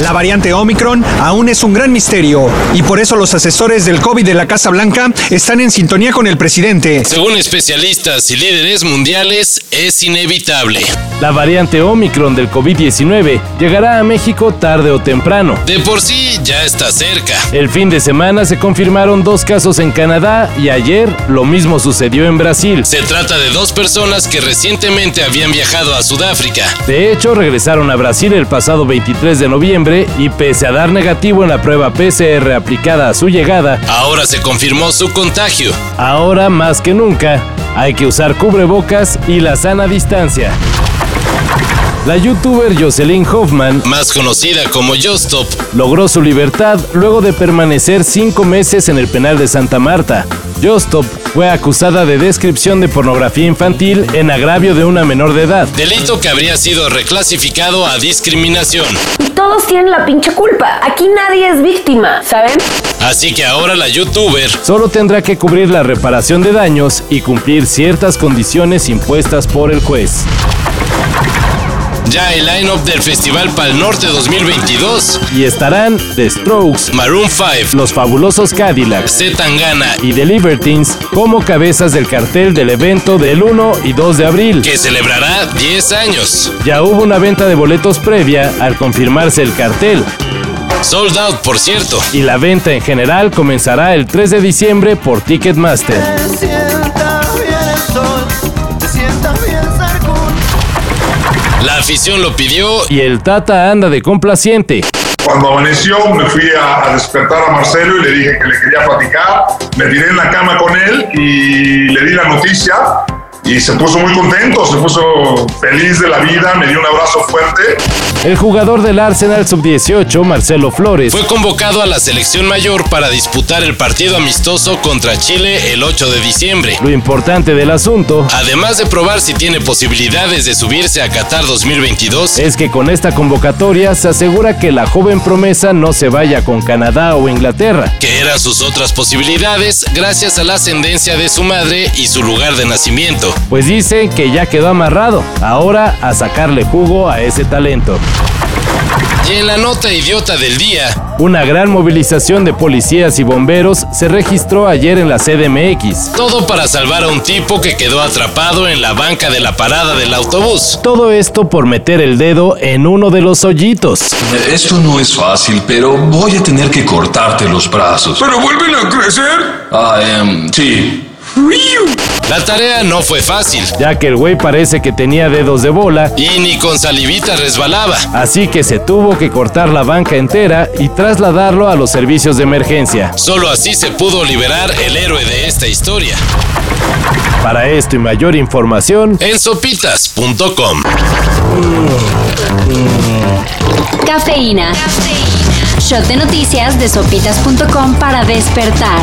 La variante Omicron aún es un gran misterio y por eso los asesores del COVID de la Casa Blanca están en sintonía con el presidente. Según especialistas y líderes mundiales, es inevitable. La variante Omicron del COVID-19 llegará a México tarde o temprano. De por sí ya está cerca. El fin de semana se confirmaron dos casos en Canadá y ayer lo mismo sucedió en Brasil. Se trata de dos personas que recientemente habían viajado a Sudáfrica. De hecho, regresaron a Brasil el pasado 23 de noviembre y pese a dar negativo en la prueba PCR aplicada a su llegada, Ahora se confirmó su contagio. ahora más que nunca hay que usar cubrebocas y la sana distancia. La youtuber Jocelyn Hoffman Más conocida como Justop, logró su libertad luego de permanecer cinco meses en el penal de Santa Marta. Jostop fue acusada de descripción de pornografía infantil en agravio de una menor de edad. delito que habría sido reclasificado a discriminación. Y todos tienen la pinche culpa. Aquí nadie es víctima, ¿saben? Así que ahora la youtuber Solo tendrá que cubrir la reparación de daños y cumplir ciertas condiciones impuestas por el juez. ya el line-up del Festival Pal Norte 2022, Y estarán The Strokes, Maroon 5, los fabulosos Cadillacs Z Tangana, y The Libertines como cabezas del cartel del evento del 1 y 2 de abril. que celebrará 10 años. Ya hubo una venta de boletos previa al confirmarse el cartel, Sold out, por cierto. y la venta en general comenzará el 3 de diciembre por Ticketmaster. Te sienta bien el sol, te sienta bien ser cool. La afición lo pidió Y el Tata anda de complaciente. Cuando amaneció me fui a, a despertar a Marcelo y le dije que le quería platicar. Me tiré en la cama con él y le di la noticia y se puso muy contento, se puso feliz de la vida, me dio un abrazo fuerte. El jugador del Arsenal sub-18, Marcelo Flores, Fue convocado a la selección mayor para disputar el partido amistoso contra Chile el 8 de diciembre. lo importante del asunto Además de probar si tiene posibilidades de subirse a Qatar 2022, es que con esta convocatoria se asegura que la joven promesa no se vaya con Canadá o Inglaterra. que eran sus otras posibilidades gracias a la ascendencia de su madre y su lugar de nacimiento. Pues dice que ya quedó amarrado, ahora a sacarle jugo a ese talento. Y en la nota idiota del día, Una gran movilización de policías y bomberos se registró ayer en la CDMX. todo para salvar a un tipo que quedó atrapado en la banca de la parada del autobús. Todo esto por meter el dedo en uno de los hoyitos. Esto no es fácil, pero voy a tener que cortarte los brazos. ¿Pero vuelven a crecer? Ah, em, sí. La tarea no fue fácil, Ya que el güey parece que tenía dedos de bola, y ni con salivita resbalaba. así que se tuvo que cortar la banca entera y trasladarlo a los servicios de emergencia. Solo así se pudo liberar el héroe de esta historia. Para esto y mayor información, En sopitas.com. Cafeína. Shot de noticias de sopitas.com para despertar.